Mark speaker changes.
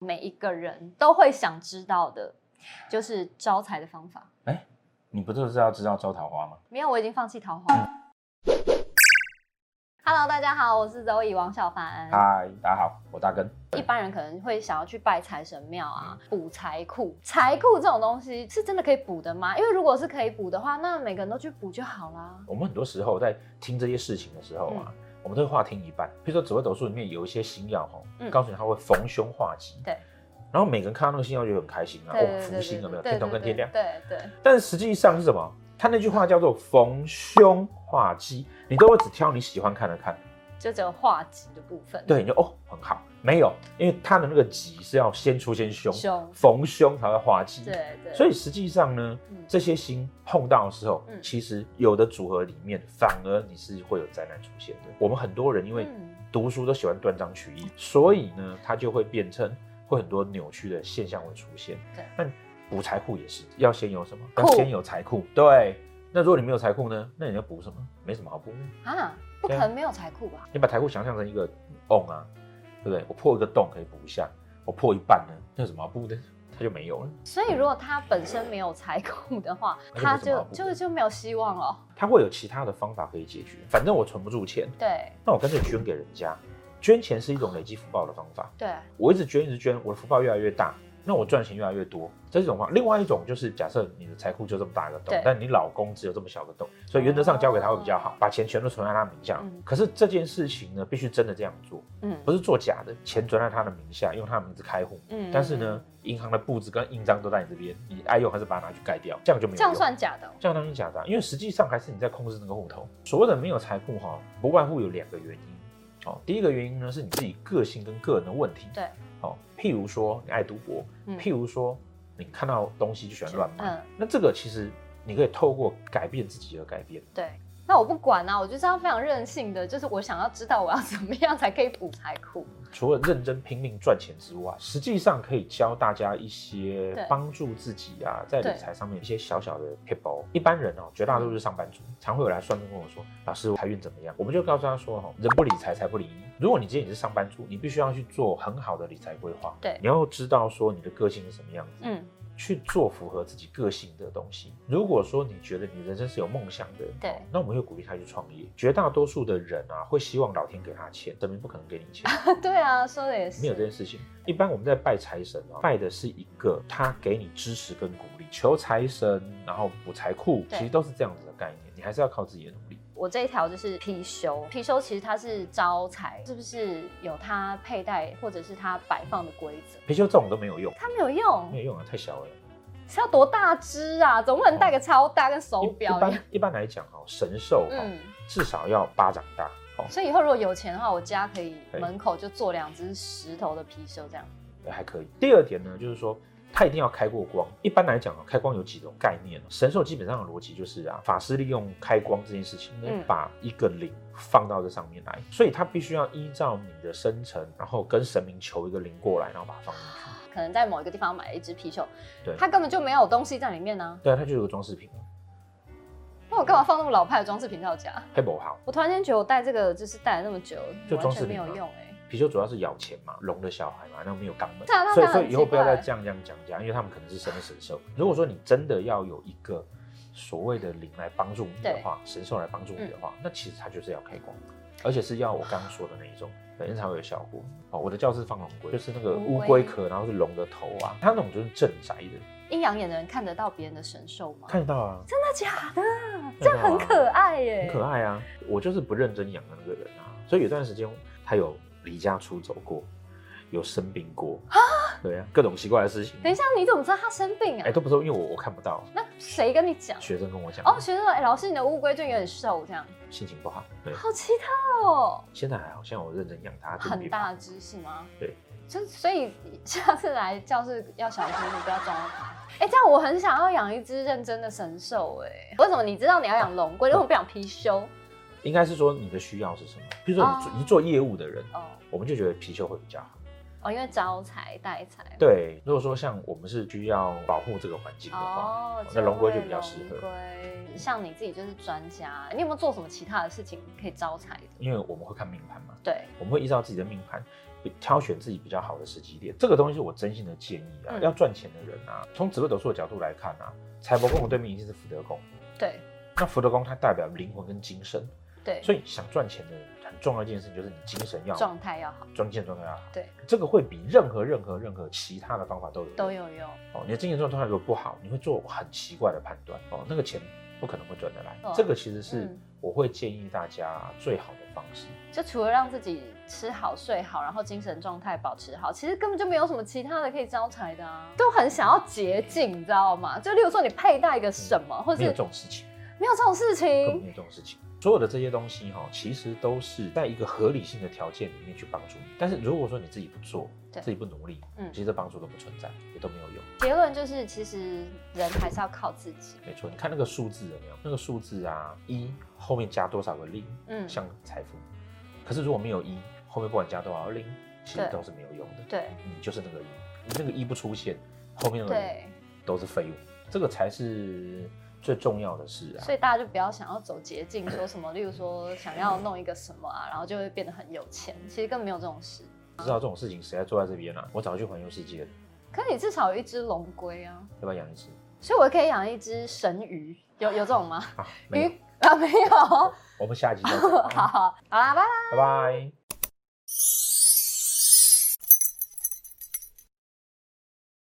Speaker 1: 每一个人都会想知道的，就是招财的方法。
Speaker 2: 你不就是要知道招桃花吗？
Speaker 1: 没有，我已经放弃桃花了。Hello，大家好，我是周以王小凡。
Speaker 2: 嗨，大家好，我大根。
Speaker 1: 一般人可能会想要去拜财神庙啊，补财库。财库这种东西是真的可以补的吗？因为如果是可以补的话，那每个人都去补就好啦。
Speaker 2: 我们很多时候在听这些事情的时候啊，我们都会话听一半。比如说紫微斗数里面有一些星药哦，
Speaker 1: 嗯
Speaker 2: 告诉你它会逢凶化吉。
Speaker 1: 对。
Speaker 2: 然后每个人看到那个星耀就很开心啊，哦，福星有没有？天同跟天亮。
Speaker 1: 对对，
Speaker 2: 但实际上是什么？他那句话叫做逢凶化吉，你都会只挑你喜欢看的看。
Speaker 1: 就只有化吉的部分。
Speaker 2: 对，你就哦很好，没有，因为他的那个吉是要先出现凶，
Speaker 1: 凶
Speaker 2: 逢凶才会化吉。
Speaker 1: 对对，
Speaker 2: 所
Speaker 1: 以
Speaker 2: 以实际上呢
Speaker 1: 嗯，
Speaker 2: 这些星碰到的时候，
Speaker 1: 嗯
Speaker 2: 其实有的组合里面反而你是会有灾难出现的。我们很多人因为
Speaker 1: 嗯
Speaker 2: 读书都喜欢断章取义，所以呢，它就会变成会很多扭曲的现象会出现
Speaker 1: 对。
Speaker 2: 那补财库也是要先有什么？
Speaker 1: 库
Speaker 2: 要先有财库。对。那如果你没有财库呢？那你要补什么？没什么好补的。
Speaker 1: 啊，不可能没有财库吧？
Speaker 2: 你把财库想象成一个瓮啊，对不对？我破一个洞可以补一下，我破一半呢，那有什么好补的？它就没有了。
Speaker 1: 所以，如果他本身没有财库的话，他
Speaker 2: 那就没什么
Speaker 1: 就
Speaker 2: 好补
Speaker 1: 就
Speaker 2: 的
Speaker 1: 就没有希望了。
Speaker 2: 它会有其他的方法可以解决。反正我存不住钱，
Speaker 1: 对
Speaker 2: 那我干脆捐给人家。捐钱是一种累积福报的方法，
Speaker 1: 对，
Speaker 2: 我一直捐一直捐，我的福报越来越大，那我赚钱越来越多，这是一种方法。另外一种就是假设你的财库就这么大一个洞
Speaker 1: 对，哦
Speaker 2: 但你老公只有这么小个洞，所以原则上交给他会比较好，把钱全都存在他名下
Speaker 1: 嗯。
Speaker 2: 可是这件事情呢，必须真的这样做，
Speaker 1: 嗯
Speaker 2: 不是做假的，钱存在他的名下，用他的名字开户。
Speaker 1: 嗯
Speaker 2: 但是呢，，银行的簿子跟印章都在你这边，你爱用还是把它拿去盖掉，这样就没有
Speaker 1: 这样
Speaker 2: 用
Speaker 1: 算假的哦、
Speaker 2: 这样当然假的啊、因为实际上还是你在控制那个户头。所谓的没有财库哈，不外乎有两个原因。哦，第一个原因呢是你自己个性跟个人的问题。
Speaker 1: 对，
Speaker 2: 哦，譬如说你爱赌博，
Speaker 1: 嗯
Speaker 2: 譬如说你看到东西就喜欢乱买，
Speaker 1: 嗯，
Speaker 2: 那这个其实你可以透过改变自己而改变。
Speaker 1: 对。那我不管啊，我就这样非常任性的，就是我想要知道我要怎么样才可以补财库。
Speaker 2: 除了认真拼命赚钱之外，实际上可以教大家一
Speaker 1: 对
Speaker 2: 些帮助自己啊，在
Speaker 1: 对
Speaker 2: 理财上面一些小小的 p e b l e 一般人哦，绝大多数是上班
Speaker 1: 嗯
Speaker 2: 族，常会有来算命跟我说：“老师，我财运怎么样？”我们就告诉他说：“哦，人不理财，财不理你。如果你今天你是上班族，你必须要去做很好的理财规划。
Speaker 1: 对
Speaker 2: 你要知道说你的个性是什么样子，
Speaker 1: 嗯，
Speaker 2: 去做符合自己个性的东西。如果说你觉得你人生是有梦想的，
Speaker 1: 对
Speaker 2: 哦那我们会鼓励他去创业。绝大多数的人啊，会希望老天给他钱，神明不可能给你钱。”
Speaker 1: 对啊，说的也是。
Speaker 2: 哦没有这件事情。一般我们在拜财神啊，拜的是一个他给你支持跟鼓励，求财神，然后补财库，
Speaker 1: 对
Speaker 2: 其实都是这样子的概念。你还是要靠自己的努力。
Speaker 1: 我这一条就是貔貅，貔貅其实它是招财，是不是有它佩戴或者是它摆放的规则？
Speaker 2: 貔貅这种都没有用，
Speaker 1: 它没有用
Speaker 2: 没，有用啊，太小了。
Speaker 1: 是要多大只啊？总不能戴个超大跟手
Speaker 2: 一一
Speaker 1: 表一样
Speaker 2: 般。一般来讲哦，神兽哦、
Speaker 1: 嗯，
Speaker 2: 至少要巴掌大哦，
Speaker 1: 所以以后如果有钱的话，我家可以
Speaker 2: 可以
Speaker 1: 门口就做两只石头的貔貅这样。
Speaker 2: 还可以。第二点呢，就是说。它一定要开过光。一般来讲哦，开光有几种概念哦。神兽基本上的逻辑就是啊，法师利用开光这件事情呢，
Speaker 1: 嗯
Speaker 2: 把一个灵放到这上面来，所以他必须要依照你的生辰，然后跟神明求一个灵过来，然后把它放进去。
Speaker 1: 可能在某一个地方买了一只貔貅，
Speaker 2: 对
Speaker 1: 它根本就没有东西在里面呢、
Speaker 2: 对啊，它就是个装饰品，
Speaker 1: 那我干嘛放那么老派的装饰品在我家？
Speaker 2: 黑不好。
Speaker 1: 我突然间觉得我戴这个就是戴了那么久，
Speaker 2: 就
Speaker 1: 完
Speaker 2: 装饰
Speaker 1: 全
Speaker 2: 品
Speaker 1: 没有
Speaker 2: 吗
Speaker 1: 用哎、
Speaker 2: 貔貅主要是咬钱嘛，龙的小孩嘛，那没有肛门
Speaker 1: 对啊那，
Speaker 2: 所以
Speaker 1: 当然
Speaker 2: 所以以后
Speaker 1: 很奇
Speaker 2: 不
Speaker 1: 怪
Speaker 2: 要再这样这样讲讲，因为他们可能是神的神兽。如果说你真的要有一个所谓的灵来帮助你的话，神兽来帮助
Speaker 1: 嗯
Speaker 2: 你的话，那其实它就是要开光，而且是要我刚刚说的那一种，人才会有效果。哦，我的教室放龙龟，就是那个
Speaker 1: 乌
Speaker 2: 乌
Speaker 1: 龟
Speaker 2: 龟壳，然后是龙的头啊，它那种就是镇宅的，
Speaker 1: 阴阳眼的人看得到别人的神兽吗？
Speaker 2: 看得到啊，
Speaker 1: 真的假的？
Speaker 2: 看得
Speaker 1: 这
Speaker 2: 到
Speaker 1: 样
Speaker 2: 啊
Speaker 1: 很可爱耶、
Speaker 2: 很可爱啊！我就是不认真养的那个人啊，所以有段时间他有离家出走过，有生病过啊，对啊，各种奇怪的事情。
Speaker 1: 等一下，你怎么知道它生病
Speaker 2: 哎、
Speaker 1: 啊？
Speaker 2: 都不是，因为我我看不到，
Speaker 1: 那谁跟你讲？
Speaker 2: 学生跟我讲，
Speaker 1: 哦，学生说，哎、老师，你的乌龟最近有点瘦，这样，
Speaker 2: 心情不好。对，
Speaker 1: 好奇特哦，
Speaker 2: 现在还好，现在我认真养它，就
Speaker 1: 很
Speaker 2: 变
Speaker 1: 大只是吗？
Speaker 2: 对，
Speaker 1: 就 所以下次来教室要小心，你不要撞到它。哎、这样我很想要养一只认真的神兽哎、为什么你知道你要养龙龟，为什么不养貔貅？
Speaker 2: 应该是说你的需要是什么？比如说你做、
Speaker 1: 哦
Speaker 2: 你是做业务的人，
Speaker 1: 哦
Speaker 2: 我们就觉得貔貅会比较好。
Speaker 1: 哦，因为招财带财。
Speaker 2: 对，如果说像我们是需要保护这个环境的话，
Speaker 1: 哦
Speaker 2: 那龙龟就比较适合
Speaker 1: 龙龟，像你自己就是专家，
Speaker 2: 嗯
Speaker 1: 你有没有做什么其他的事情可以招财的？
Speaker 2: 因为我们会看命盘嘛，
Speaker 1: 对，
Speaker 2: 我们会依照自己的命盘比挑选自己比较好的时机点，这个东西是我真心的建议啊。
Speaker 1: 嗯
Speaker 2: 要赚钱的人啊，从紫微斗数的角度来看啊，财帛宫的对面一定是福德宫，
Speaker 1: 对
Speaker 2: 那福德宫它代表灵魂跟精神，
Speaker 1: 对，
Speaker 2: 所以想赚钱的人很重要一件事情就是你精神要
Speaker 1: 状态要好，
Speaker 2: 专精状态要好。
Speaker 1: 对，
Speaker 2: 这个会比任何任何任何其他的方法都有用
Speaker 1: 都有用。
Speaker 2: 哦。你的精神状态如果不好，你会做很奇怪的判断哦，那个钱不可能会赚得来。
Speaker 1: 哦
Speaker 2: 这个其实是
Speaker 1: 嗯
Speaker 2: 我会建议大家最好的方式。
Speaker 1: 就除了让自己吃好睡好，然后精神状态保持好，其实根本就没有什么其他的可以招财的啊，都很想要捷径，你知道吗？就例如说你佩戴一个什么，或是
Speaker 2: 没有这种事情，
Speaker 1: 没有这种事
Speaker 2: 根本没
Speaker 1: 情，
Speaker 2: 有这种事情。所有的这些东西哈、其实都是在一个合理性的条件里面去帮助你。但是如果说你自己不做，
Speaker 1: 对
Speaker 2: 自己不努力，
Speaker 1: 嗯
Speaker 2: 其实这帮助都不存在，也都没有用。
Speaker 1: 结论就是其实人还是要靠自己。
Speaker 2: 没错，你看那个数字有没有？那个数字啊，一后面加多少个零，
Speaker 1: 嗯，
Speaker 2: 像财富。可是如果没有一，后面不管加多少零，其实
Speaker 1: 对
Speaker 2: 都是没有用的。
Speaker 1: 对
Speaker 2: 你就是那个一，你那个一不出现，后面那个零
Speaker 1: 对，
Speaker 2: 都是废物。这个才是最重要的事啊
Speaker 1: 所。以大家就不要想要走捷径，说什么，例如说想要弄一个什么啊，然后就会变得很有钱，其实根本没有这种事。
Speaker 2: 知道这种事情谁在坐在这边啊？我早就去环游世界了，
Speaker 1: 可你至少有一只龙龟啊，
Speaker 2: 要不要养一只？
Speaker 1: 所以我可以养一只神鱼，有有这种吗？
Speaker 2: 啊，没有，
Speaker 1: 鱼啊没有，
Speaker 2: 我们下一集再啊
Speaker 1: 好
Speaker 2: 讲，
Speaker 1: 好好啦，拜拜。
Speaker 2: 拜拜。